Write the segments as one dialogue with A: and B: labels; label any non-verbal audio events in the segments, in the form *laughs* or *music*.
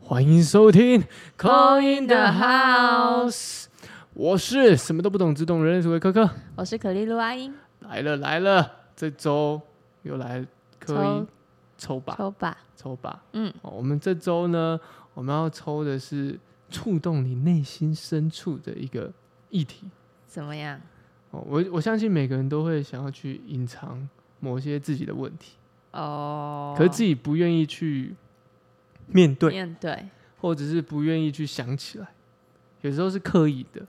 A: 欢迎收听《
B: Call in the House》，
A: 我是什么都不懂，只懂人类思维科科
B: 我是可丽露阿英，
A: 来了来了，这周又来科一抽吧
B: 抽吧，
A: 抽吧，
B: 嗯
A: 哦我们这周呢，我们要抽的是触动你内心深处的一个议题
B: 怎么样？
A: 哦，我我相信每个人都会想要去隐藏某些自己的问题，
B: 哦，
A: 可是自己不愿意去面对，
B: 面对，
A: 或者是不愿意去想起来，有时候是刻意的。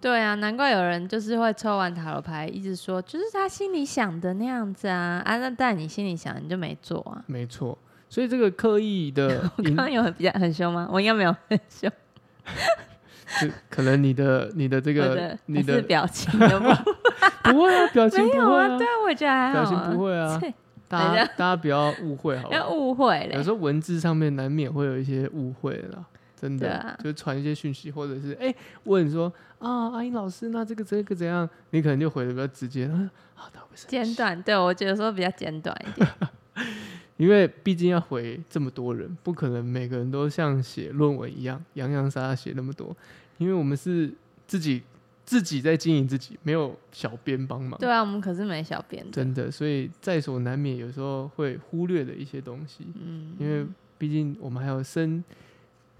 B: 对啊，难怪有人就是会抽完塔罗牌，一直说就是他心里想的那样子啊啊，那但你心里想你就没做啊。
A: 没错，所以这个刻意的
B: *laughs* 我刚
A: 引，
B: 刚有很比较很凶吗？我应该没有很凶，
A: 就可能你的你的这
B: 我
A: 个
B: 的
A: 你
B: 还是
A: 的
B: 表情的
A: *laughs*
B: 部分
A: 不会
B: *laughs*
A: 啊，表情
B: 没
A: 不
B: 有
A: 会
B: 啊，对啊，我觉得还好
A: 表
B: 啊，
A: 情不会啊，
B: 对
A: 大
B: 等一
A: 家
B: 下
A: 大家不要误会好啊
B: 不
A: 不
B: 要
A: 好？
B: 误会嘞
A: 有时。候文字上面难免会有一些误会啦，真
B: 对
A: 的
B: 啊，
A: 就是传一些讯息，或者是哎问说啊，阿英老师，那这个这个怎样？你可能就回的比较直接，啊，啊他会不会生气
B: 简短，对我觉得说比较简短一点，
A: 因为毕竟要回这么多人，不可能每个人都像写论文一样洋洋洒洒写那么多，因为我们是自己自己在经营自己，没有小编帮忙，
B: 对啊，我们可是没小编的，
A: 真的，所以在所难免，有时候会忽略的一些东西，
B: 嗯，
A: 因为毕竟我们还有身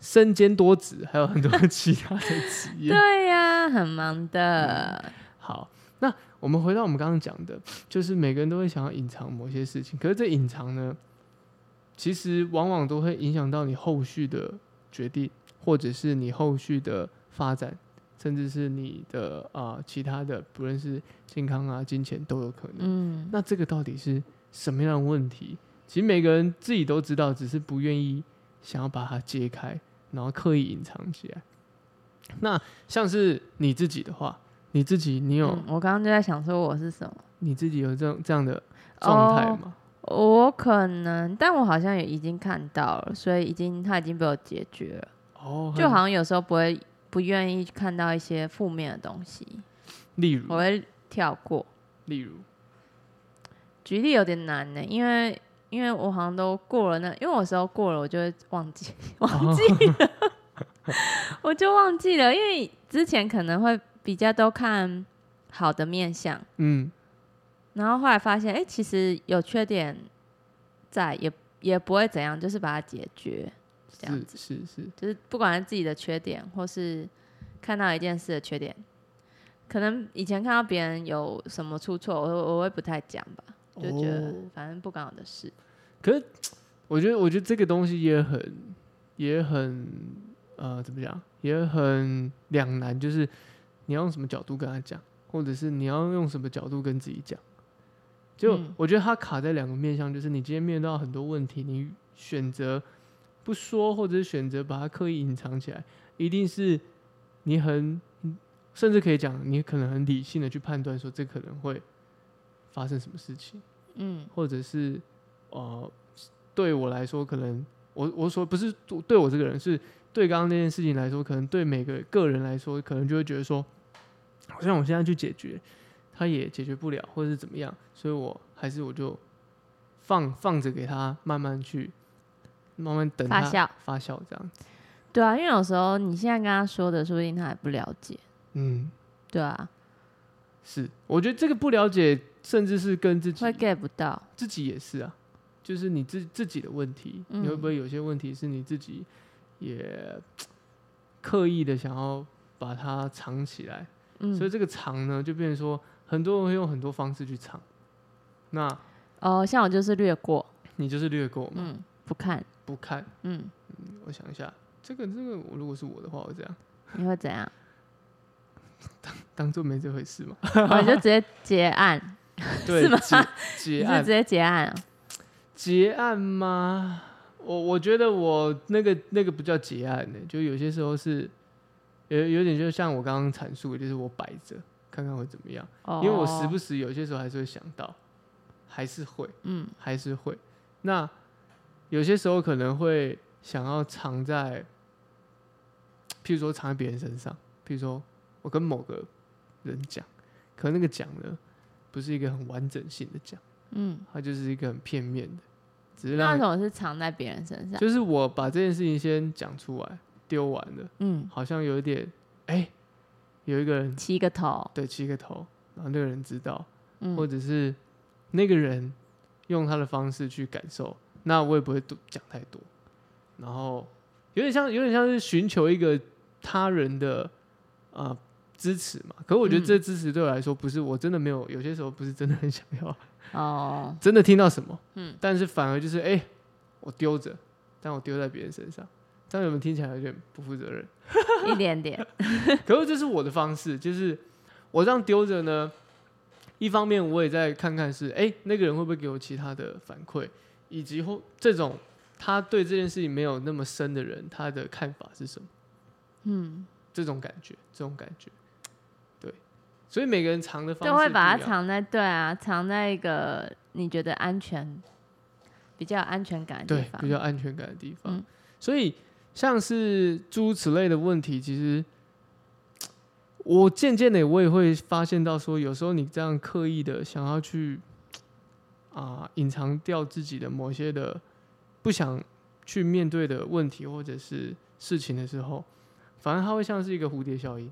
A: 身兼多职，还有很多其他的职业。
B: 对啊呀、很忙的。
A: 好，那我们回到我们刚刚讲的，就是每个人都会想要隐藏某些事情，可是这隐藏呢，其实往往都会影响到你后续的决定，或者是你后续的发展，甚至是你的啊、呃其他的，不论是健康啊、金钱都有可能。
B: 嗯，
A: 那这个到底是什么样的问题？其实每个人自己都知道，只是不愿意想要把它揭开，然后刻意隐藏起来。那像是你自己的话，你自己你有、
B: 嗯我刚刚就在想说我是什么，
A: 你自己有这样这样的状
B: 哦
A: 态吗？
B: 我可能，但我好像也已经看到了，所以已经他已经被我解决了，
A: 哦，
B: 就好像有时候不会不愿意看到一些负面的东西，
A: 例如
B: 我会跳过。
A: 例如
B: 举例有点难呢、因为因为我好像都过了那，因为我有时候过了我就会忘记 *laughs* 忘记了，我就忘记了，因为之前可能会比较都看好的面相。
A: 嗯，
B: 然后后来发现，哎、其实有缺点在，也也不会怎样，就是把它解决，这样
A: 是
B: 子，
A: 是是，
B: 就是不管是自己的缺点，或是看到一件事的缺点，可能以前看到别人有什么出错，我会我会不太讲吧，就觉得
A: 哦
B: 反正不关我的事。
A: 可是我觉得，我觉得这个东西也很，也很，呃，怎么讲，也很两难，就是你要用什么角度跟他讲，或者是你要用什么角度跟自己讲。就、
B: 嗯
A: 我觉得它卡在两个面向，就是你今天面对到很多问题，你选择不说，或者是选择把它刻意隐藏起来，一定是你很，甚至可以讲，你可能很理性的去判断说这可能会发生什么事情。
B: 嗯
A: 或者是呃，对我来说，可能我我说不是对对我这个人，是对刚刚那件事情来说，可能对每个个人来说，可能就会觉得说，好像我现在去解决，他也解决不了，或者是怎么样，所以我还是我就放放着给他慢慢去，慢慢等
B: 发
A: 他
B: 酵
A: 发酵这样子，
B: 对啊，因为有时候你现在跟他说的，说不定他还不了解。
A: 嗯，
B: 对啊，
A: 是，我觉得这个不了解，甚至是跟自己
B: 会 get 不到。
A: 自己也是啊，就是你自自己的问题，
B: 嗯
A: 你会不会有些问题是你自己也呃刻意的想要把它藏起来？所以
B: 嗯，
A: 这个藏呢，就变成说很多人会用很多方式去藏，那
B: 哦，像我就是略过，
A: 你就是略过嘛，
B: 嗯，不看，
A: 不看。
B: 嗯，
A: 我想一下，这个这个，我如果是我的话，我这样
B: 你会怎样？
A: 当做没这回事
B: *laughs*
A: 嘛？
B: 我哦就直接结案，
A: 对
B: 是吗，
A: 结
B: 你
A: 结
B: 是
A: 案
B: 直接结案啊？
A: 结案吗？我我觉得我那个那个不叫结案呢、就有些时候是有有点就像我刚刚阐述的，就是我摆着看看会怎么样，
B: 哦
A: 因为我时不时有些时候还是会想到，还是会
B: 嗯
A: 还是会。那有些时候可能会想要藏在，譬如说藏在别人身上，譬如说我跟某个人讲，可那个讲呢不是一个很完整性的讲，
B: 嗯
A: 它就是一个很片面的。只是
B: 那
A: 让
B: 种是藏在别人身上。
A: 就是我把这件事情先讲出来，丢完了，
B: 嗯，
A: 好像有一点，哎、有一个人
B: 七个头，
A: 对起个头，然后那个人知道，或
B: 嗯，
A: 者是那个人用他的方式去感受，那我也不会多讲太多，然后有点像有点像是寻求一个他人的呃支持嘛，可我觉得
B: 嗯
A: 这支持对我来说不是我真的没有，有些时候不是真的很想要，
B: 哦，
A: 真的听到什么，
B: 嗯，
A: 但是反而就是哎、我丢着，但我丢在别人身上，这样有没有听起来有点不负责
B: *laughs*
A: 任？
B: 一
A: *laughs*
B: 点点，
A: 可是这是我的方式，就是我这样丢着呢，一方面我也在看看是哎、那个人会不会给我其他的反馈，以及后这种他对这件事情没有那么深的人，他的看法是什么？
B: 嗯，
A: 这种感觉，这种感觉，对，所以每个人藏的方式
B: 就会
A: 不
B: 把它
A: 一样
B: 藏在对啊，藏在一个你觉得安全、比较有安全感的地
A: 对
B: 方
A: 比。较安全感的地方，
B: 嗯
A: 所以像是诸如此类的问题，其实。我渐渐的，我也会发现到说，有时候你这样刻意的想要去啊、隐藏掉自己的某些的不想去面对的问题或者是事情的时候，反而它会像是一个蝴蝶效应，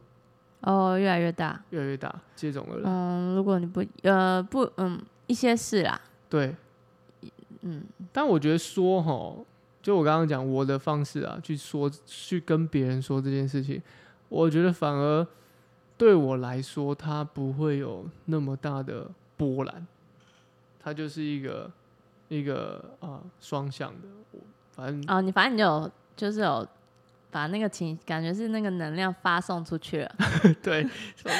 B: 哦，越来越大。
A: 越来越大，接踵而来。
B: 嗯，如果你不呃不嗯一些事啦，
A: 对，
B: 嗯
A: 但我觉得说哈，就我刚刚讲我的方式啊，去说去跟别人说这件事情，我觉得反而对我来说，它不会有那么大的波澜，它就是一个一个啊双、向的，我反正
B: 哦，你反正你就有就是有把那个情感觉是那个能量发送出去了，
A: 对，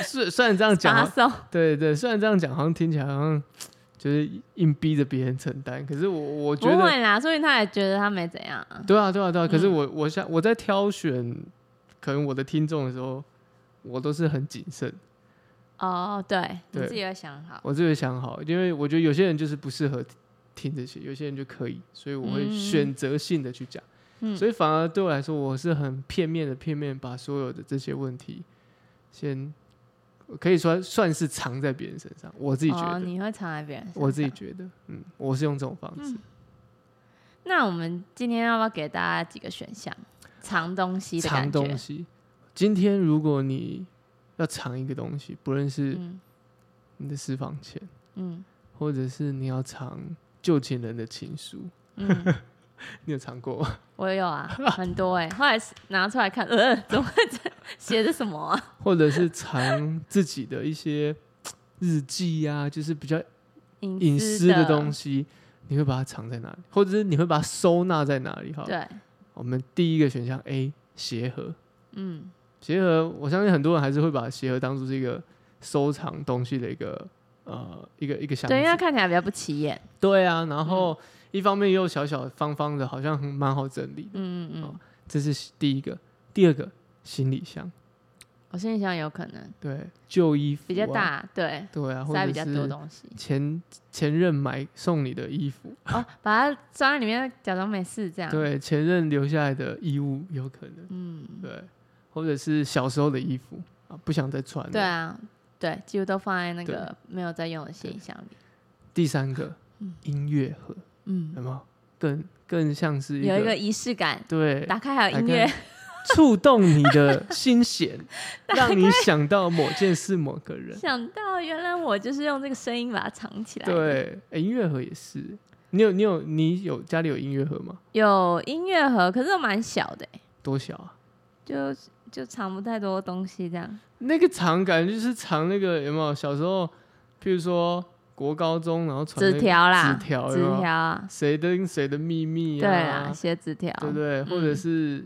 A: 虽虽然这样讲
B: 发
A: 好，
B: 送
A: 对对，虽然这样讲好像听起来好像就是硬逼着别人承担，可是我我
B: 不
A: 觉得
B: 会啦，所以他也觉得他没怎样啊。
A: 对啊，对啊，对啊。可是
B: 嗯
A: 我，我想我在挑选可能我的听众的时候，我都是很谨慎，
B: 哦，对，你
A: 对
B: 自己要想好。
A: 我自己想好，因为我觉得有些人就是不适合听这些，有些人就可以，所以我会
B: 嗯
A: 选择性的去讲。
B: 嗯
A: 所以反而对我来说，我是很片面的，片面把所有的这些问题先可以说算是藏在别人身上，我自己觉得，
B: 哦，你会藏在别人身上。
A: 我自己觉得，嗯，我是用这种方式。
B: 那我们今天要不要给大家几个选项？藏东西的感
A: 藏
B: 觉。
A: 东西。今天如果你要藏一个东西，不论是
B: 嗯
A: 你的私房钱，
B: 嗯
A: 或者是你要藏旧情人的情书，
B: 嗯， *laughs*
A: 你有藏过吗？ *laughs*
B: 我有啊，很多哎、后来拿出来看，呃， *laughs* 怎么会这写的什么啊？
A: 或者是藏自己的一些日记呀、就是比较 *laughs* 隐
B: 隐
A: 私
B: 的
A: 的东。西，你会把它藏在哪里？或者是你会把它收纳在哪里？哈，
B: *laughs* 对，
A: 我们第一个选项 A 鞋盒，
B: 嗯，
A: 鞋盒，我相信很多人还是会把鞋盒当做是一个收藏东西的一个呃一个一个箱子
B: 对，因为它嗯看起来比较不起眼。
A: 对啊，然后一方面又小小方方的，好像很蛮好整理的，
B: 嗯嗯嗯，
A: 这是第一个。第二个行李箱，
B: 我心里想有可能
A: 对，旧衣服、啊
B: 比较，大，对，
A: 对啊，或
B: 塞
A: 者
B: 比较多
A: 是
B: 东西。
A: 前前任买送你的衣服，
B: 哦，把它装在里面，假装没事这样。，
A: 对，前任留下来的衣物有可能，
B: 嗯，
A: 对，或者是小时候的衣服啊，不想再穿了。
B: 对啊，对，几乎都放在那
A: 对
B: 个没有在用的行李箱里。
A: 第三个
B: 嗯
A: 音乐盒，
B: 嗯，
A: 有没有？更更像是
B: 有一个仪式感，
A: 对
B: 打开还有
A: 打
B: 音
A: 开
B: 乐，
A: 触动你的心弦，让你想到某件事、某个人。
B: *laughs* 想到原来我就是用这个声音把它藏起来。，
A: 对，诶音乐盒也是。你有你有你有家里有音乐盒吗？
B: 有音乐盒，可是都蛮小的欸、
A: 多小啊？
B: 就就藏不太多东西这样。
A: 那个藏感觉就是藏那个有没有？小时候，譬如说国高中，然后传那
B: 纸
A: 个
B: 条啦，
A: 纸条有
B: 纸
A: 没有
B: 条啊，
A: 谁跟谁的秘密
B: 对嗯
A: 哦
B: 啦，
A: 啊，
B: 写纸条，
A: 对不对？或者是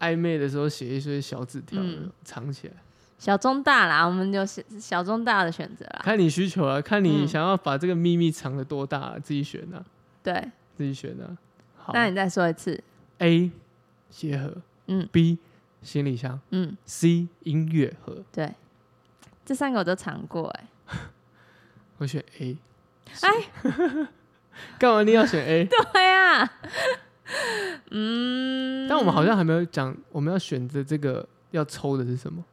A: 暧昧的时候写一些小纸条、
B: 嗯
A: 藏起来，
B: 小中大啦，我们就是小中大的选择啦。
A: 看你需求啊，看你
B: 嗯
A: 想要把这个秘密藏的多大、自己选啊，
B: 对，
A: 自己选啊。好
B: 那你再说一次，
A: ，A 鞋盒，
B: 嗯
A: ，B 行李箱
B: 嗯，
A: ，C 音乐盒。
B: 对，这三个我都藏过、
A: *laughs*
B: 欸，
A: 我选 A。哎， *laughs* 干嘛你要选 A？
B: 哎，对啊， *laughs* 嗯，
A: 但我们好像还没有讲，我们要选择这个要抽的是什么？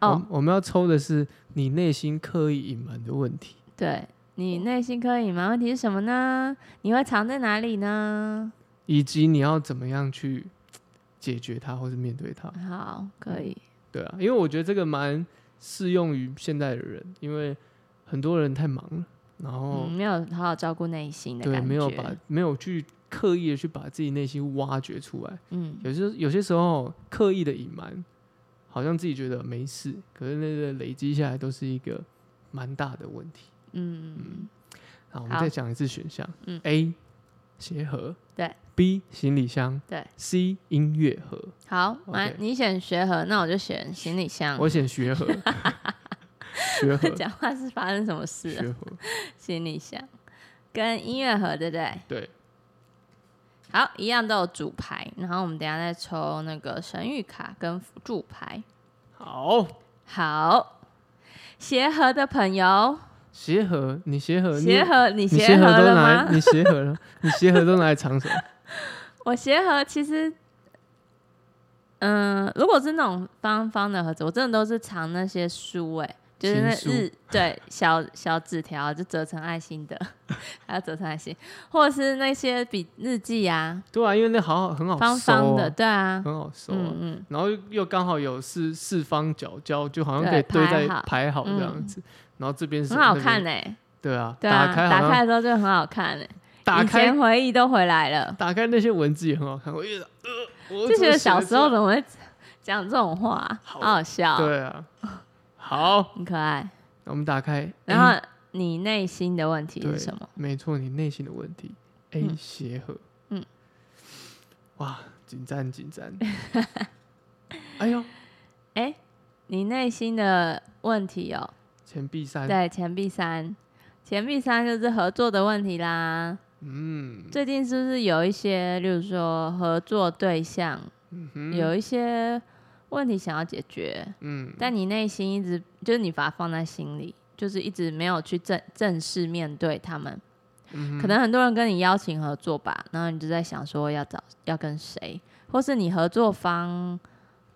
B: 哦
A: 我们，我们要抽的是你内心刻意隐瞒的问题。
B: 对，你内心刻隐瞒问题是什么呢？你会藏在哪里呢？
A: 以及你要怎么样去解决它或是面对它。
B: 好，可以，
A: 对啊，因为我觉得这个蛮适用于现在的人，因为很多人太忙了，然后
B: 嗯，没有好好照顾内心的
A: 哦
B: 感
A: 对
B: 觉，
A: 没有把没有去刻意的去把自己内心挖掘出来。
B: 嗯，
A: 有些有些时候刻意的隐瞒，好像自己觉得没事，可是那个累积下来都是一个蛮大的问题。
B: 嗯，
A: 好，我们
B: 好
A: 再讲一次选项。
B: 嗯
A: a 鞋盒，
B: 对。
A: B 行李箱，
B: 对。
A: C 音乐盒，
B: 好，来
A: OK
B: 你选学盒，那我就选行李箱。，
A: 我选学盒。学盒
B: 嗯 *laughs* 讲话是发生什么事
A: *laughs*
B: 了？
A: 学盒，
B: 行李箱跟音乐盒，对不对？
A: 对，
B: 好，一样都有主牌，然后我们等一下再抽那个神谕卡跟辅助牌。
A: 好。
B: 好，鞋盒的朋友，
A: 鞋盒，你鞋盒，呃你
B: 鞋盒你
A: 你
B: 鞋盒
A: 盒都
B: 了
A: 拿来，
B: 吗？
A: 你鞋盒了，你鞋盒都拿来藏什么？
B: 我鞋盒其实，嗯、如果是那种方方的盒子，我真的都是藏那些书、哎，就是那
A: 情书
B: 日对小小纸条，就折成爱心的， *laughs* 还要折成爱心，或者是那些笔日记啊，
A: 对啊，因为那好好很好
B: 方
A: 收啊、
B: 方的，对啊，
A: 很好收啊。
B: 嗯嗯，
A: 然后又又刚好有四四方角角，就好像可
B: 对
A: 以堆在
B: 排好
A: 排好这样
B: 嗯
A: 子。然后这边是什
B: 很
A: 么
B: 好
A: 那边
B: 看哎、
A: 对啊，
B: 对啊，
A: 打开
B: 打
A: 好像
B: 的时候就很好看哎、
A: 打
B: 以前
A: 开
B: 回忆都回来了，
A: 打开那些文字也很好看，我一直呃，我
B: 就觉
A: 怎么
B: 得
A: 写
B: 小
A: 出
B: 时候
A: 来
B: 怎么会讲这种话啊，
A: 好
B: 好好笑，
A: 对啊。好，
B: 很可爱。
A: 那我们打开 A，
B: 然后你内心的问题
A: 嗯对
B: 是什么？
A: 没错，你内心的问题 A
B: 嗯
A: 鞋盒，
B: 嗯，
A: 哇，紧张紧
B: *laughs*
A: 张，哎呦，
B: 哎，你内心的问题哦，
A: 钱币三，
B: 对，钱币三，钱币三就是合作的问题啦。
A: 嗯
B: 最近是不是有一些，例如说合作对象，
A: 嗯哼
B: 有一些问题想要解决，
A: 嗯，
B: 但你内心一直就是你把它放在心里，就是一直没有去正正式面对他们。
A: 嗯
B: 可能很多人跟你邀请合作吧，然后你就在想说要找要跟谁，或是你合作方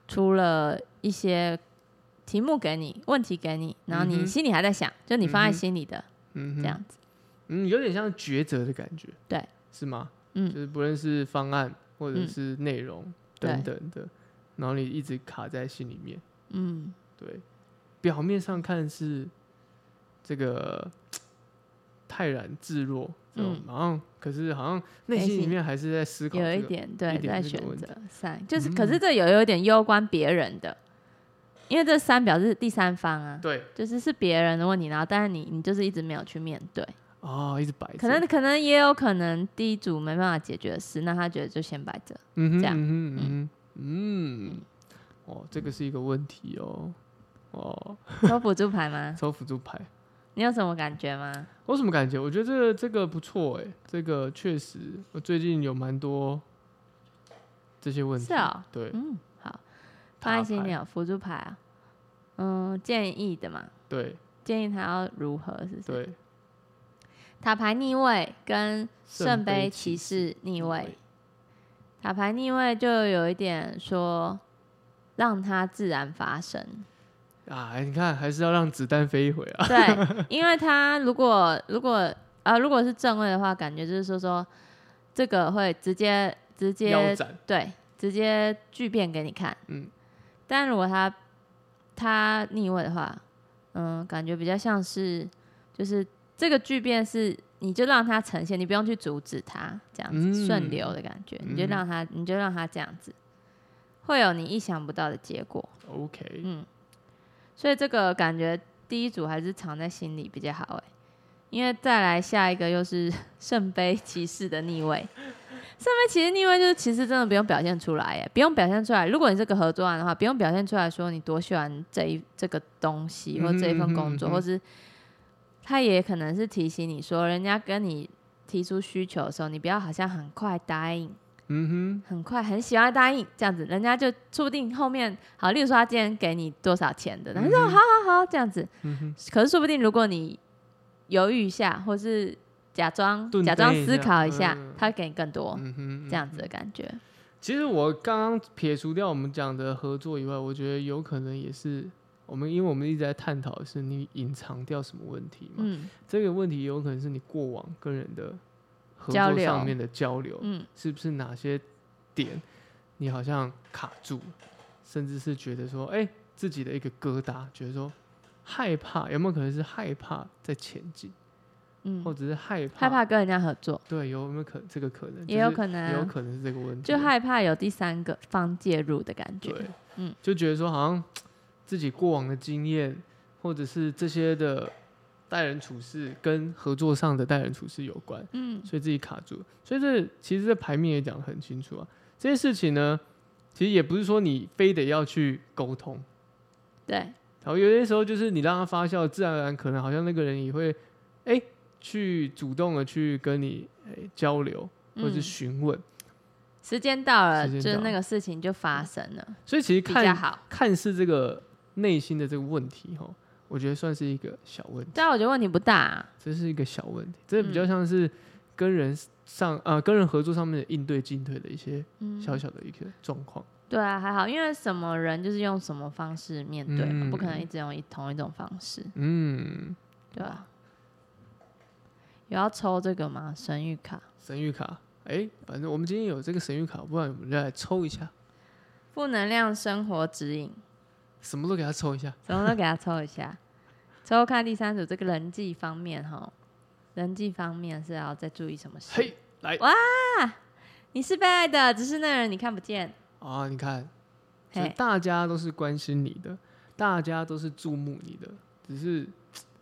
B: 出了一些题目给你、问题给你，然后
A: 嗯
B: 你
A: 哼
B: 心里还在想，就你放在心里的、
A: 嗯哼
B: 这样子。
A: 嗯，有点像抉择的感觉，
B: 对，
A: 是吗？
B: 嗯
A: 就是不论是方案或者
B: 嗯
A: 是内容
B: 对
A: 等等的，然后你一直卡在心里面，
B: 嗯，
A: 对，表面上看是这个泰然自若这种
B: 嗯
A: 忙，然后可是好像内
B: 内
A: 心里
B: 心
A: 面还是在思考、这
B: 嗯有
A: 个，
B: 一点对，
A: 一点
B: 在
A: 这个
B: 选
A: 问
B: 择
A: 题嗯
B: 三，就是、可是这有有一点攸关别人的，因为这三表示第三方啊，
A: 对
B: 就是是别人的问题，然后但是你你就是一直没有去面对，
A: 啊、一直摆着，
B: 可能可能也有可能第一组没办法解决的事，那他觉得就先摆
A: *laughs*
B: 着。
A: 嗯哼
B: 这样
A: 嗯哼嗯哼嗯，哦，这个是一个问题哦，哦，
B: 抽辅助牌吗？
A: 抽辅助牌。
B: 你有什么感觉吗？
A: 我有什么感觉？我觉得这个这个不错哎、这个确实，我最近有蛮多这些问题。
B: 是哦
A: 对，
B: 嗯，好，
A: 塔牌
B: 放在心里有辅助牌啊。嗯，建议的嘛，
A: 对
B: 建议他要如何是不是？
A: 对，
B: 塔牌逆位跟圣杯骑
A: 骑
B: 士逆位，，塔牌逆位就有一点说让它自然发生， *laughs*
A: 啊，你看还是要让子弹飞一回啊。
B: 对，因为他如果如果啊如果是正位的话，感觉就是说说这个会直接直
A: 腰
B: 接
A: 斩，
B: 对，直接巨变给你看。
A: 嗯
B: 嗯，但如果他他逆位的话，嗯，感觉比较像是就是这个巨变是你就让它呈现，你不用去阻止它，这样
A: 嗯
B: 子顺、流的感觉，你就
A: 嗯
B: 让它，你就让它这样子，会有你意想不到的结果。
A: ，OK，
B: 嗯，所以这个感觉第一组还是藏在心里比较好哎、因为再来下一个又是 *laughs* 圣杯骑士的逆位，圣杯骑士逆位就是其实真的不用表现出来哎、不用表现出来。如果你是个合作案的话，不用表现出来说你多喜欢这一这个东西或这一份工作，
A: 嗯哼嗯哼
B: 或是他也可能是提醒你说，人家跟你提出需求的时候，你不要好像很快答应。
A: 嗯
B: 很快很喜欢答应这样子，人家就说不定后面好，例如说他今天给你多少钱
A: 嗯
B: 的，他就说好好好这样子。
A: 哼，嗯哼，
B: 可是说不定如果你犹豫一下，或是假装
A: 顿
B: 假装
A: 呆一
B: 思
A: 下
B: 考一下，
A: 嗯
B: 他会给你更多
A: 嗯哼，
B: 哦这样子的感觉。
A: 其实我刚刚撇除掉我们讲的合作以外，我觉得有可能也是我们因为我们一直在探讨的是你隐藏掉什么问题嘛，
B: 嗯
A: 这个问题有可能是你过往跟人的合
B: 交
A: 作
B: 流
A: 上面的交流，
B: 嗯
A: 是不是哪些点你好像卡住，甚至是觉得说，哎、自己的一个疙瘩，觉得说害怕，有没有可能是害怕在前进，或
B: 嗯，
A: 者是害怕
B: 害怕跟人家合作，
A: 对，有没有可这个可能？
B: 也有可能
A: 就是也有
B: 啊，
A: 可能是这个问题，
B: 就害怕有第三个方介入的感觉。
A: 对，
B: 嗯
A: 就觉得说好像自己过往的经验，或者是这些的待人处事跟合作上的待人处事有关，
B: 嗯
A: 所以自己卡住了。所以这其实这牌面也讲得很清楚啊，这些事情呢，其实也不是说你非得要去沟通，
B: 对，
A: 然后有些时候就是你让它发酵，自然而然可能好像那个人也会哎、去主动的去跟你哎、交流或者是
B: 嗯
A: 询问，
B: 时间到了，
A: 时间
B: 就
A: 到
B: 是
A: 了
B: 那个事情就发生了，
A: 所以其实
B: 比
A: 看
B: 较好。
A: 看似这个内心的这个问题哈，我觉得算是一个小问题，
B: 但我觉得问题不大啊、
A: 这是一个小问题，这比较
B: 嗯
A: 像是跟人上啊、跟人合作上面的应对进退的一些
B: 嗯，
A: 小小的一个状况。
B: 对啊，还好，因为什么人就是用什么方式面对嘛，
A: 嗯
B: 不可能一直用一同一种方式，
A: 嗯，
B: 对吧、有要抽这个吗？神谕卡，
A: 神谕卡，哎，反正我们今天有这个神谕卡，不然我们就来抽一下，
B: 负能量生活指引，
A: 什么都给他抽一下。
B: 什么都给他抽一下。 *laughs* 抽看第三组这个人际方面哈，人际方面是要再注意什么事？
A: 嘿，来
B: 你是被爱的，只是那个人你看不见。
A: 啊，你看，就
B: 嘿，
A: 大家都是关心你的，大家都是注目你的，只是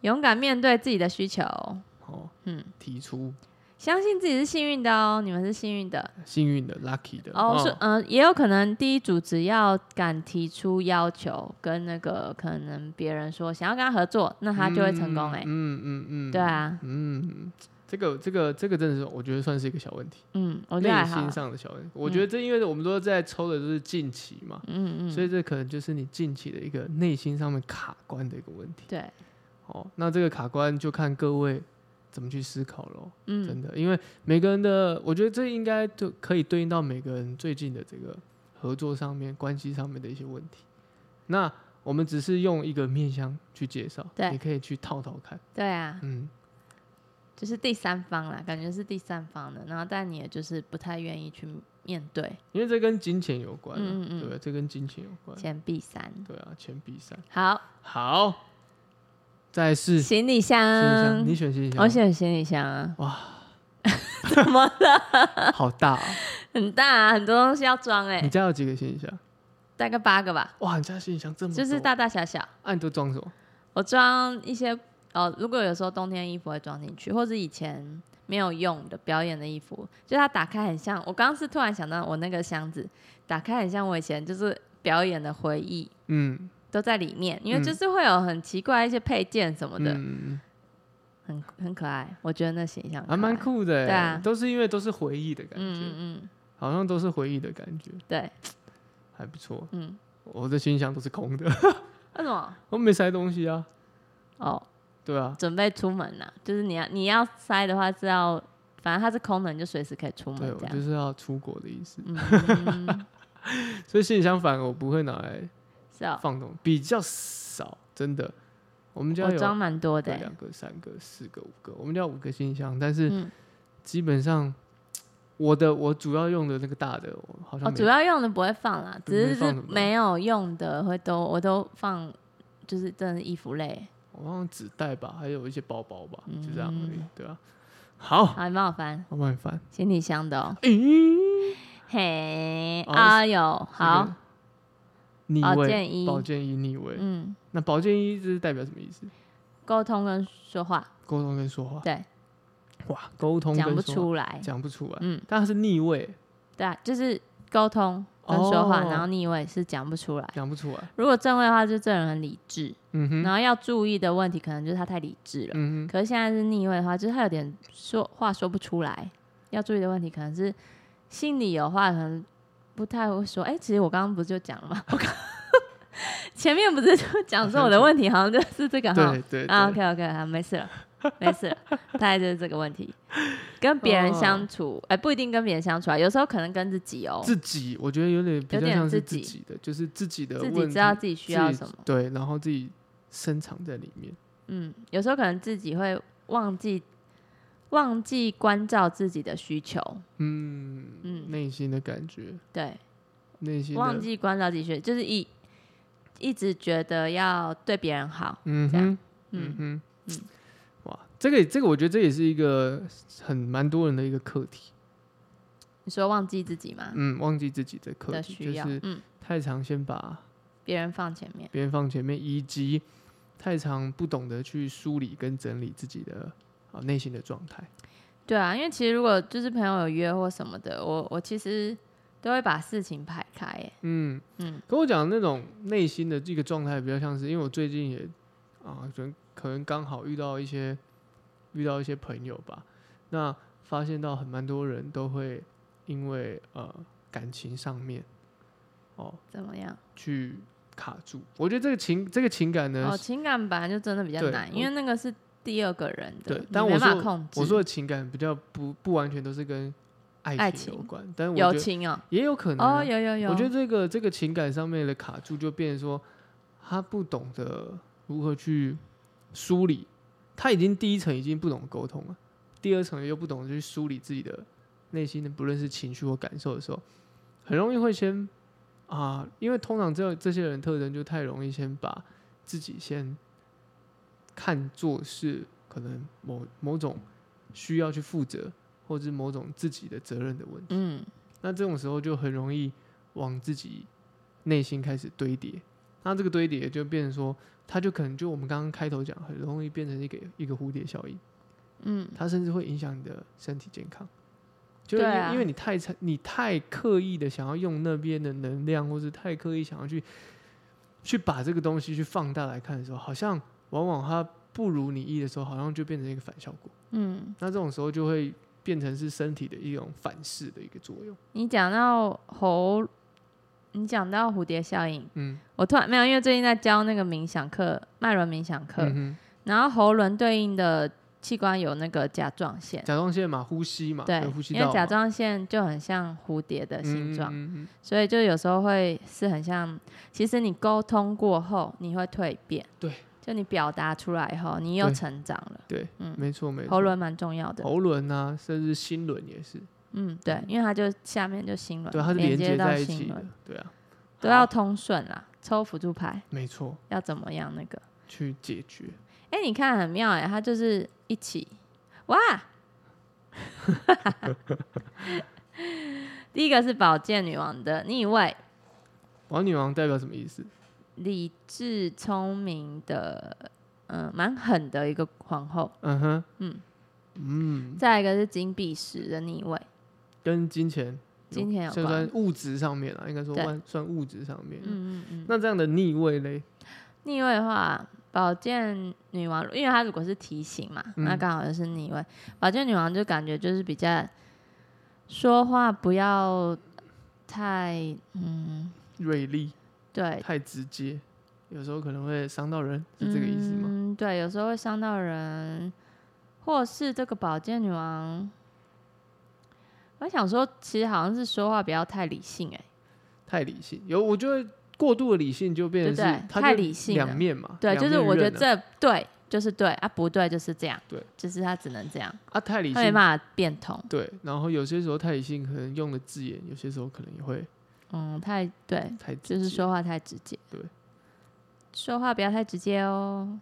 B: 勇敢面对自己的需求，
A: 哦
B: 嗯，
A: 提出
B: 相信自己是幸运的哦，你们是幸运的。
A: 幸运的 lucky 的
B: 哦，是，嗯、也有可能第一组只要敢提出要求，跟那个可能别人说想要跟他合作，那他就会成功哎、
A: 嗯嗯嗯，
B: 对啊，
A: 嗯，这个这个这个真的是我觉得算是一个小问题，
B: 嗯，我觉
A: 内
B: 得还好
A: 心，上的小问题。我觉得这因为我们都在抽的都是近期嘛，
B: 嗯
A: 所
B: 嗯，
A: 以这可能就是你近期的一个内心上面卡关的一个问题。
B: 对，
A: 哦，那这个卡关就看各位怎么去思考咯。真
B: 嗯
A: 的，因为每个人的，我觉得这应该就可以对应到每个人最近的这个合作上面、关系上面的一些问题。那我们只是用一个面向去介绍，
B: 对
A: 你可以去套套看，
B: 对啊，
A: 嗯，
B: 就是第三方啦，感觉是第三方的，然后但你也就是不太愿意去面对
A: 因为这跟金钱有关、啊，
B: 嗯嗯嗯
A: 对吧？这跟金钱有关，
B: 钱币三。
A: 对啊，钱币三。
B: 好，
A: 好，再来是行
B: 行李
A: 李
B: 箱
A: 箱，，你选行李箱，
B: 嗯我选行李箱啊，
A: 哇，
B: *laughs* 怎么了？
A: 好大、
B: *laughs*
A: 哦！
B: 很大、啊，很多东西要装哎、
A: 你家有几个行李箱？
B: 大概八个吧，
A: 哇，你家行李箱这么多，
B: 就是大大小小。
A: 啊，你都装什么？
B: 我装一些哦，如果有时候冬天衣服会装进去，或者以前没有用的表演的衣服，就它打开很像。我刚刚是突然想到，我那个箱子打开很像我以前就是表演的回忆
A: 嗯，
B: 都在里面，因为
A: 嗯
B: 就是会有很奇怪一些配件什么的，
A: 嗯，
B: 很很可爱。我觉得那形象
A: 还蛮，酷的耶，欸
B: 对啊
A: 都是因为都是回忆的感
B: 嗯
A: 觉，
B: 嗯嗯，
A: 好像都是回忆的感觉，
B: 对，
A: 还不错。
B: 嗯，
A: 我的行李箱都是空的， *laughs*
B: 为什么？
A: 我没塞东西啊，
B: 哦，
A: 对啊，
B: 准备出门啦，就是你要你要塞的话是要，反正它是空的，你就随时可以出
A: 对
B: 门
A: 我
B: 嗯这样
A: 就。是要出国的意思，
B: 嗯，
A: *laughs* 所以行李箱反而我不会拿来
B: 是哦，
A: 放东，比较少，真的。我们家
B: 我
A: 有
B: 装蛮多的
A: 对，
B: 欸、
A: 两个、三个、四个、五个，我们家五个行李箱，但是
B: 嗯
A: 基本上我的我主要用的那个大的，我好像
B: 哦，
A: 没
B: 主要用的不会放啦，
A: 对没
B: 只是
A: 放什么
B: 没有用的会都我都放，就是真的是衣服类，
A: 我好像纸袋吧，还有一些包包吧，就这样而已
B: 嗯，
A: 对啊。好，
B: 好，你帮我翻
A: 我帮你翻。
B: 行李箱的哦，
A: 咦，
B: 嘿，
A: 哦
B: 啊有好，
A: 逆
B: 保
A: 位，
B: 健衣，
A: 保健一逆位。
B: 嗯，
A: 那保健一这是代表什么意思？
B: 沟通跟说话，
A: 沟通跟说话。
B: 对，
A: 哇，哦沟通
B: 讲
A: 跟
B: 不
A: 说话
B: 出来，
A: 讲不出来，
B: 嗯，
A: 但它是逆位，
B: 对啊，就是沟通跟说话，
A: 哦
B: 然后逆位是讲不出来。
A: 讲不出来。
B: 如果正位的话，就这人很理智，
A: 嗯哼，
B: 然后要注意的问题可能就是他太理智了。
A: 嗯哼，
B: 可是现在是逆位的话，就是他有点说话说不出来，要注意的问题可能是心里有话，可能不太会说。哎、其实我刚刚不是就讲了 *laughs* 吗？我刚前面不是就讲说我的问题好像就是这个哈 *laughs*
A: 对对对
B: 啊，OK OK，好，没事了。没事了，大概就是这个问 *laughs* 题。跟别人相处，哎、不一定跟别人相处啊，有时候可能跟自己哦，
A: 自己我觉得有点比
B: 有
A: 较
B: 点
A: 像是
B: 自
A: 自
B: 己
A: 己的，就是自己的
B: 自己
A: 问
B: 知道
A: 题，
B: 自己需
A: 自
B: 要
A: 己
B: 什么。
A: 对，然后自己深藏在里面。
B: 嗯，有时候可能自己会忘记忘记关照自己的需求，
A: 嗯
B: 嗯
A: 内心的感觉，
B: 对，
A: 内心
B: 忘
A: 的，
B: 记关照自己需求，就是一一直觉得要对别人好，
A: 嗯
B: 这样
A: 哼，嗯
B: 嗯，
A: 哼，
B: 嗯
A: 哇，这个这个，我觉得这也是一个很蛮多人的一个课题。
B: 你说忘记自己吗？
A: 嗯，忘记自己的课
B: 的
A: 题，
B: 需
A: 就
B: 要，
A: 是
B: 嗯，
A: 太常先把
B: 别人放前面，
A: 别人放前面，以及太常不懂得去梳理跟整理自己的啊内心的状态。
B: 对啊，因为其实如果就是朋友有约或什么的，我我其实都会把事情排开，哎，
A: 嗯，
B: 嗯，
A: 跟我讲的那种内心的这个状态比较像是，因为我最近也啊，可能可能刚好遇到一些遇到一些朋友吧，那发现到很蛮多人都会因为呃感情上面哦
B: 怎么样？
A: 去卡住。我觉得这个情这个情感呢，
B: 哦，情感本来就真的比较
A: 对
B: 难，
A: 我
B: 因为那个是第二个人的，
A: 对
B: 你
A: 但
B: 没
A: 我
B: 办法
A: 说
B: 控制。
A: 我说的情感比较不不完全都是跟爱
B: 爱
A: 情有
B: 情
A: 关，但我觉
B: 友
A: 得
B: 情哦，
A: 也有可能啊、
B: 哦，有有有，
A: 我觉得这个这个情感上面的卡住，就变成说他不懂得如何去梳理，他已经第一层已经不懂得沟通了，第二层又不懂得去梳理自己的内心的，不论是情绪或感受的时候，很容易会先啊，因为通常这这些人特征就太容易先把自己先看作是可能某某种需要去负责，或者是某种自己的责任的问题。
B: 嗯，
A: 那这种时候就很容易往自己内心开始堆叠，那这个堆叠就变成说，它就可能就我们刚刚开头讲，很容易变成一个一个蝴蝶效应，
B: 嗯，
A: 它甚至会影响你的身体健康，就是因
B: 对
A: 为,、
B: 啊
A: 因为你太沉你太刻意的想要用那边的能量，或是太刻意想要去去把这个东西去放大来看的时候，好像往往它不如你意的时候，好像就变成一个反效果，
B: 嗯，
A: 那这种时候就会变成是身体的一种反噬的一个作用，
B: 你讲到猴，你讲到蝴蝶效应，
A: 嗯，
B: 我突然没有，因为最近在教那个冥想课，脉轮冥想课，
A: 嗯哼。
B: 然后喉轮对应的器官有那个甲状腺，
A: 甲状腺嘛，呼吸嘛，
B: 对
A: 有呼，吸
B: 因为
A: 道
B: 甲
A: 嘛
B: 状腺就很像蝴蝶的形状，
A: 嗯嗯嗯
B: 所以就有时候会是很像，其实你沟通过后，你会蜕变，
A: 对，
B: 就你表达出来以后，你又
A: 对
B: 成长了，
A: 对，
B: 嗯，
A: 没错没错，
B: 喉轮蛮重要的，
A: 喉轮啊，甚至心轮也是，
B: 嗯，对，因为它就下面就心轮，
A: 对，它是
B: 连
A: 接
B: 到
A: 在一
B: 心
A: 起的
B: 轮，，
A: 对啊，
B: 都要
A: 好
B: 通顺啦。抽辅助牌
A: 没错，
B: 要怎么样那个？
A: 去解决，
B: 哎、你看很妙哎、它就是一起，哇！第一个是宝剑女王的逆位，
A: 王女王代表什么意思？
B: 理智聪明的，嗯，蛮狠的一个皇后。
A: 嗯哼，
B: 嗯
A: 嗯，
B: 再一个是金币十的逆位，
A: 跟金钱，
B: 金钱有
A: 就
B: 关
A: 算。物质上面啊，应该说
B: 对
A: 算算物质上面。
B: 嗯嗯嗯。
A: 那这样的逆位嘞，
B: 逆位的话，宝剑女王，因为她如果是提醒嘛，
A: 嗯
B: 那刚好就是逆位。宝剑女王就感觉就是比较说话不要太嗯，
A: 锐利
B: 对，
A: 太直接，有时候可能会伤到人，是这个意思吗？
B: 嗯，对，有时候会伤到人，或是这个宝剑女王。我想说，其实好像是说话不要太理性、欸，
A: 太理性，有我觉得过度的理性就变成
B: 对不
A: 是
B: 对
A: 它
B: 太
A: 就
B: 理性了
A: 两面嘛，
B: 对，
A: 两
B: 就是
A: 面
B: 我觉
A: 刃
B: 得
A: 啊
B: 这对就是对啊，不对就是这样，
A: 对，
B: 就是他只能这样，
A: 啊太理
B: 他没
A: 性
B: 办法变通，
A: 对，然后有些时候太理性，可能用的字眼，有些时候可能也会
B: 嗯，太对，
A: 太直
B: 就是
A: 接，
B: 说话太直接，
A: 对，
B: 说话不要太直接哦。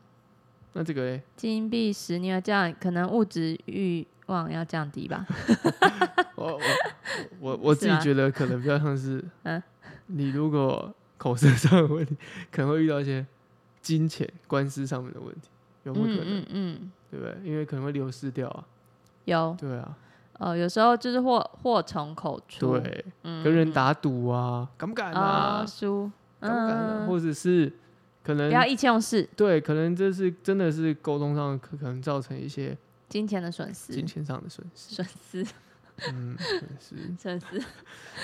A: 那这
B: *laughs*
A: 个嘞，
B: 金币十，你要这样，可能物质欲望要降低吧。
A: 我我我我
B: 是
A: 自己
B: 吗
A: 觉得可能比较像是，
B: *laughs* 嗯，
A: 你如果口舌上的问题，可能会遇到一些金钱官司上面的问题，有没有
B: 嗯
A: 可能？
B: 嗯嗯，
A: 对不对？因为可能会流失掉啊，
B: 有
A: 对啊，
B: 呃，有时候就是祸祸从口出，
A: 对，
B: 嗯，
A: 跟人
B: 嗯
A: 打赌啊，敢不敢
B: 哦
A: 啊？
B: 输，
A: 敢不敢啊？
B: 嗯，
A: 或者是可
B: 不
A: 能
B: 要意气用事，
A: 对，可能这是真的是沟通上可可能造成一些
B: 金钱的损失
A: 金，钱上的损失，
B: 损失，
A: 嗯，损失
B: *laughs* 损失。哎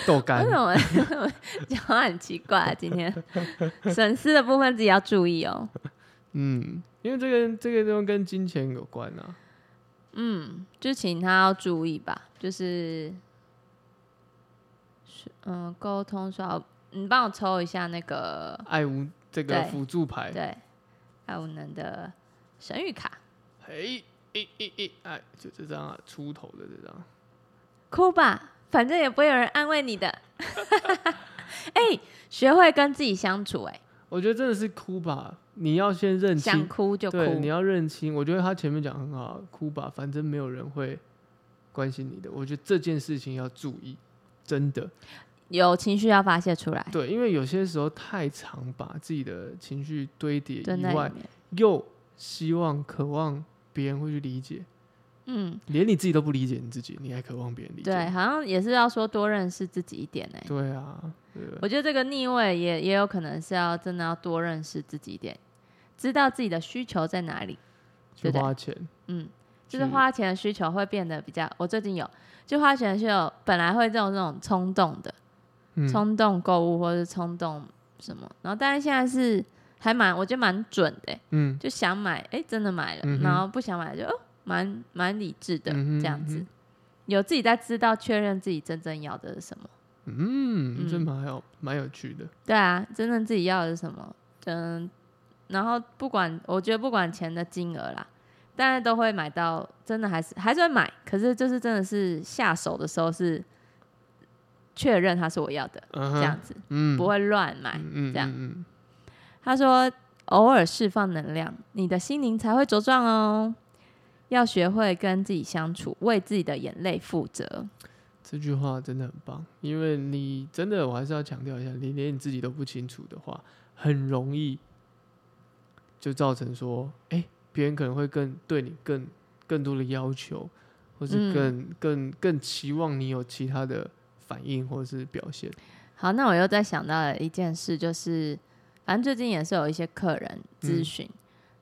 A: 豆干
B: *laughs* 为。什么为什么讲话很奇怪、啊？今天损失的部分自己要注意哦。
A: 嗯，因为这个这个都跟金钱有关啊。
B: 嗯，就请他要注意吧，就是，是嗯，沟通说，你帮我抽一下那个，
A: 爱无这个
B: 对
A: 辅助牌，
B: 对，爱无能的神谕卡，
A: 嘿，一一一，哎，就这张啊，出头的这张，
B: 哭吧，反正也不会有人安慰你的。 *laughs* 哎、学会跟自己相处、哎，
A: 我觉得真的是哭吧，你要先认
B: 想
A: 清，
B: 哭就哭，
A: 对，你要认清。我觉得他前面讲很好，啊哭吧，反正没有人会关心你的。我觉得这件事情要注意，真的。
B: 有情绪要发泄出来，
A: 对，因为有些时候太常把自己的情绪堆叠
B: 蹲
A: 以
B: 在
A: 外
B: 里，面，
A: 又希望渴望别人会去理解，
B: 嗯，
A: 连你自己都不理解你自己，你还渴望别人理解？
B: 对，好像也是要说多认识自己一点、哎。
A: 对啊，对不对
B: 我觉得这个逆位也也有可能是要真的要多认识自己一点，知道自己的需求在哪里。
A: 去
B: 对的
A: 花钱，
B: 嗯，就是
A: 去
B: 花钱的需求会变得比较，我最近有，就花钱的需求本来会这种这种冲动的，
A: 嗯
B: 冲动购物或者是冲动什么，然后但是现在是还蛮，我觉得蛮准的欸、
A: 嗯，
B: 就想买，哎、真的买了，
A: 嗯哼
B: 然后不想买就哦，蛮蛮理智的、
A: 嗯哼
B: 这样
A: 嗯
B: 子
A: 哼，
B: 有自己在知道确认自己真正要的是什么。
A: 嗯，
B: 嗯
A: 这蛮有蛮有趣的。
B: 对啊，真正自己要的是什么？嗯，然后不管，我觉得不管钱的金额啦，但是都会买到，真的还是还是会买，可是就是真的是下手的时候是确认它是我要的、
A: 嗯
B: 这
A: 哼，
B: 样子，
A: 嗯，
B: 不会乱买。
A: 嗯，嗯
B: 这样
A: 嗯嗯
B: 他说，偶尔释放能量，你的心灵才会茁壮哦。要学会跟自己相处，为自己的眼泪负责。
A: 这句话真的很棒，因为你真的，我还是要强调一下，你连你自己都不清楚的话，很容易就造成说，哎、别人可能会更对你更更多的要求，或是
B: 嗯
A: 更、更更期望你有其他的反应或是表现。
B: 好，那我又再想到了一件事，就是反正最近也是有一些客人
A: 嗯
B: 咨询，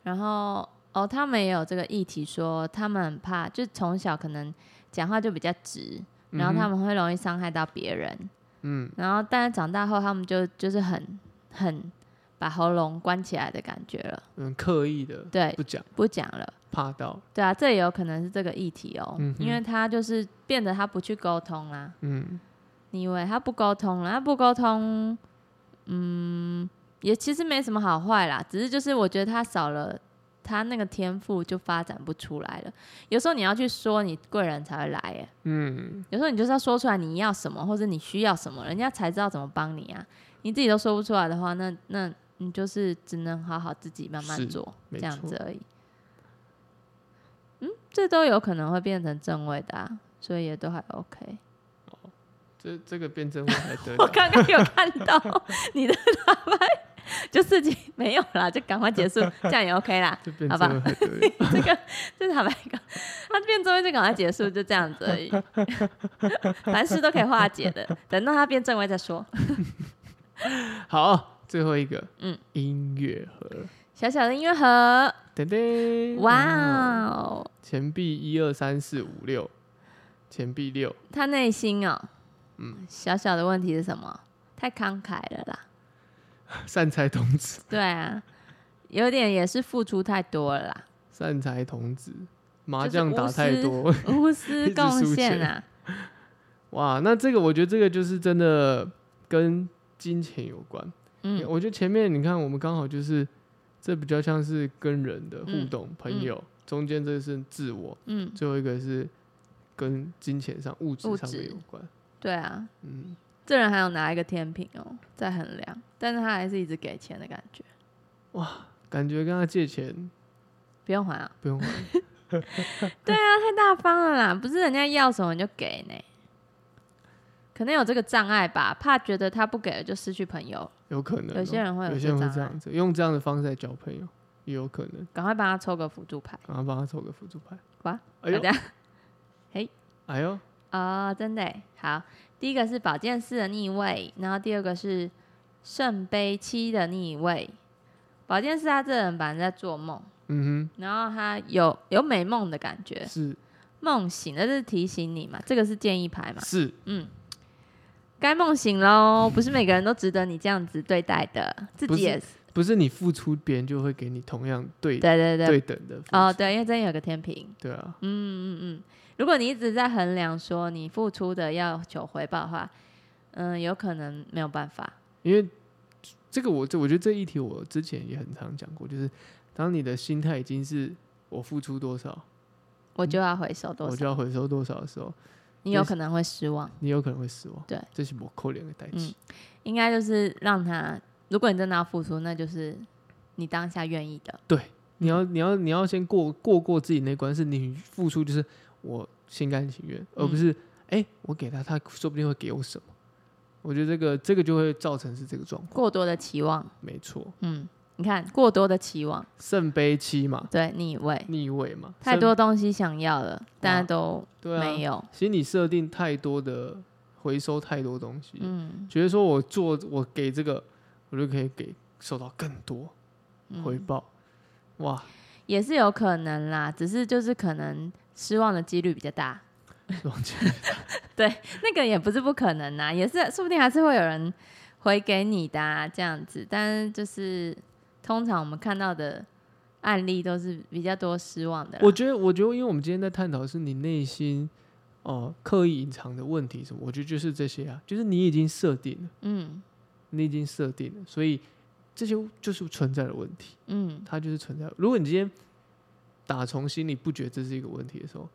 B: 然后哦，他们也有这个议题说，他们很怕，就从小可能讲话就比较直，然后他
A: 们，
B: 们会容易伤害到别人，
A: 嗯
B: 然后但是长大后他们就就是很很把喉咙关起来的感觉了，
A: 嗯，刻意的
B: 对，
A: 不讲，
B: 不讲了。
A: 怕到，
B: 对啊，这也有可能是这个议题哦，
A: 嗯哼
B: 因为他就是变得他不去沟通啊啦、
A: 嗯
B: 你以为他不沟通了，他不沟通，嗯，也其实没什么好坏啦，只是就是我觉得他少了他那个天赋就发展不出来了。有时候你要去说，你贵人才会来耶。
A: 嗯，
B: 有时候你就是要说出来你要什么，或者你需要什么，人家才知道怎么帮你啊。你自己都说不出来的话，那那你就是只能好好自己慢
A: 是
B: 慢做
A: 没
B: 这样
A: 错
B: 子而已。嗯，这都有可能会变成正位的、啊，所以也都还 OK。
A: 这这个辩证我还得
B: *laughs* 我
A: 了，
B: 刚刚有看到你的打牌，就事情没有啦，就赶快
A: *laughs*
B: 结束，这样也 OK 啦。 *laughs*
A: 这辩
B: 好
A: 证
B: 吧
A: 我还得了，
B: 这个就是打牌，他变正位就赶快结束，就这样子而已。 *laughs* 凡事都可以化解的，等到他变正位再说。
A: 好，最后一个，
B: *laughs* 嗯，
A: 音乐盒，
B: 小小的音乐盒，
A: 噔噔，
B: 哇哦，
A: 钱币一二三四五六，钱币六，
B: 他内心哦，
A: 嗯
B: 嗯，小小的问题是什么？太慷慨了
A: *laughs*
B: 啦。
A: 善财童子，
B: 对啊，有点也是付出太多
A: *laughs*
B: 了啦。
A: 善财童子，麻
B: 就是
A: 将
B: 无
A: 打太
B: 私
A: 多，
B: 无
A: 一
B: 私
A: 直
B: 贡
A: 输
B: 献
A: 钱
B: 啊，
A: *laughs* 哇，那这个我觉得这个就是真的跟金钱有关。
B: 嗯，
A: 我觉得前面你看我们刚好就是这比较像是跟人的互
B: 嗯
A: 动，朋
B: 嗯
A: 友，中间这是自我，
B: 嗯，
A: 最后一个是跟金钱上物质
B: 物
A: 上面
B: 质
A: 有关，
B: 对啊，
A: 嗯，
B: 这人还有拿一个天平哦，在衡量，但是他还是一直给钱的感觉，
A: 感觉跟他借钱
B: 不用还啊，
A: 不用还。
B: 太大方了
A: *laughs*
B: 啦，不是人家要什么你就给呢，可能有这个障碍吧，怕觉得他不给了就失去朋友，
A: 有可能哦、
B: 有些人会有
A: 有
B: 这
A: 些人会
B: 障
A: 这
B: 碍
A: 样子，用这样的方式来交朋友，也有可能。
B: 赶快帮他抽个辅助牌，
A: 然后帮他抽个辅助牌。
B: 哇，
A: 哎
B: 大
A: 呦，
B: 家
A: 哎呦，
B: 哦，真的耶好，第一个是宝剑四的逆位，然后第二个是圣杯七的逆位，宝剑四他这人本来在做梦，
A: 嗯
B: 然后他有有美梦的感觉
A: 哼，，是
B: 梦醒，那这是提醒你嘛，这个是建议牌嘛，
A: 是，
B: 嗯，该梦醒喽，不是每个人都值得你这样子对待的，自
A: 不
B: 己
A: 是
B: 也是
A: 不是你付出，别人就会给你同样对
B: 对对对，
A: 对等的付出
B: 哦，对，因为这有个天平，
A: 对啊，
B: 嗯嗯嗯。如果你一直在衡量说你付出的要求回报的话，嗯，有可能没有办法。
A: 因为这个我这我觉得这一题我之前也很常讲过，就是当你的心态已经是我付出多少，
B: 我就要回收
A: 嗯
B: 多
A: 我
B: 少，
A: 就要回收多少的时候，
B: 你有可能会失望。
A: 你有可能会失望。
B: 对，
A: 这是我扣两个代
B: 嗯
A: 际。
B: 应该就是让他，如果你真的要付出，那就是你当下愿意的。
A: 你要你要你要先过过过自己那关，是你付出就是我心甘情愿，
B: 嗯
A: 而不是哎、诶我给他，他说不定会给我什么。我觉得这个这个就会造成是这个状况，
B: 过多的期望，
A: 没错，
B: 嗯，你看过多的期望，
A: 圣杯七嘛，
B: 对逆位，
A: 逆位嘛，
B: 太
A: 圣
B: 多东西想要了，但都
A: 对啊，
B: 没有。
A: 心理设定太多的回收太多东西，
B: 嗯，
A: 觉得说我做我给这个，我就可以给收到更多
B: 嗯
A: 回报，哇，
B: 也是有可能啦，只是就是可能失望的几率比较大。
A: 忘记
B: *laughs* 那个也不是不可能呐、也是说不定还是会有人回给你的、啊、这样子，但是就是通常我们看到的案例都是比较多失望的啦。
A: 我觉得，我觉得，因为我们今天在探讨的是你内心哦、呃刻意隐藏的问题什么，我觉得就是这些啊，就是你已经设定了，
B: 嗯
A: 你已经设定了，所以这些就是存在的问题，
B: 嗯，
A: 它就是存在。如果你今天打从心里不觉得这是一个问题的时候，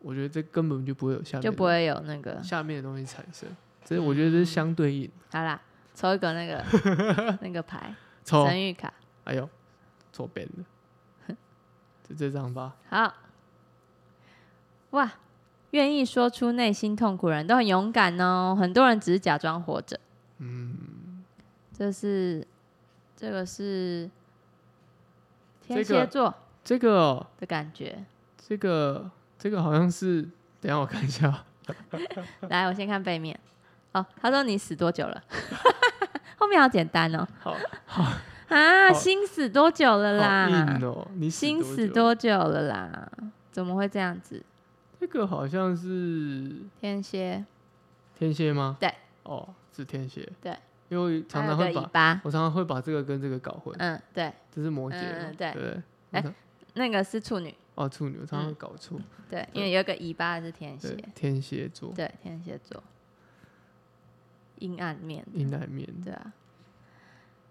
A: 我觉得这根本就不会有下面
B: 就不会嗯有那个
A: 的下面的东西产生。这我觉得这是相对应。
B: 好啦，抽一个
A: *laughs*
B: 那个那个牌
A: 抽，
B: 神谕卡，
A: 哎呦，错边了，就这张吧。
B: 好哇。愿意说出内心痛苦的人都很勇敢哦，很多人只是假装活着。嗯，这是这个是
A: 这
B: 天
A: 个
B: 蝎座
A: 这个哦、
B: 的感觉。
A: 这个这个好像是，等一下我看一下，
B: 来，我先看背面。哦，他说你死多久了？ *laughs* 后面好简单哦。
A: 好
B: 啊，
A: 好
B: 心死多久了
A: 好
B: 啦？
A: 硬哦，你
B: 心死
A: 死久
B: 多久了啦？怎么会这样子？
A: 这个好像是
B: 天蝎，
A: 天蝎吗？
B: 对，
A: 哦，是天蝎，
B: 对，
A: 因为我常常
B: 还
A: 会
B: 有个尾
A: 把
B: 巴。
A: 我常常会把这个跟这个搞混，
B: 嗯，对，
A: 这是摩羯
B: 嗯
A: 嘛，
B: 嗯对
A: 不对，我
B: 哎
A: 常
B: 那个是处女，
A: 哦处女，我常常会搞错，
B: 对，
A: 对
B: 因为有一个尾巴是天蝎
A: 对，，天蝎座
B: 对，天蝎座，阴暗面，
A: 阴暗面，
B: 对啊。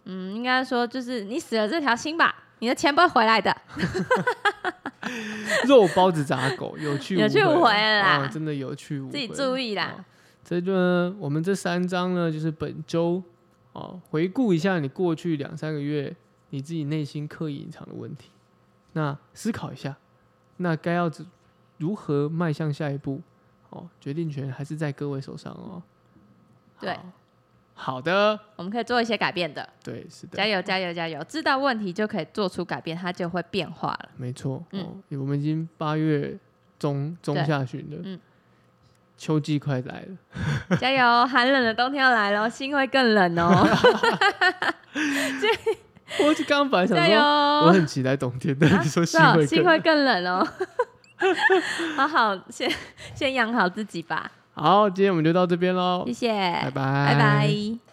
B: 嗯，应该说就是你死了这条心吧，你的钱不会回来的。
A: 肉包子砸狗，有去
B: 有去
A: 无
B: 无回
A: 了
B: 了啦
A: 哦真的有去无
B: 自己
A: 回
B: 注意啦
A: 哦这就呢，我们这三章呢，就是本周哦，回顾一下你过去两三个月你自己内心刻意隐藏的问题，那思考一下，那该要怎如何迈向下一步哦，决定权还是在各位手上哦。
B: 对
A: 好，好的，
B: 我们可以做一些改变的。
A: 对，是的
B: 加，油加油加油！知道问题就可以做出改变，它就会变化了。 *laughs*
A: 没错，
B: 嗯
A: 哦，我们已经八月中中
B: 对
A: 下旬了，
B: 嗯
A: 秋季快来了。
B: 加油！寒冷的冬天要来了，心会更冷哦。
A: *laughs* 我就刚刚本来想
B: 加
A: 说，我
B: 油！
A: 很期待冬天，但是你 *laughs* 说
B: 哦是
A: 心
B: 哦
A: 会
B: 心
A: 更
B: 会更冷哦。 *laughs* 好好，先先养好自己吧，
A: 好，今天我们就到这边喽
B: 谢，谢，
A: 拜拜，
B: 拜拜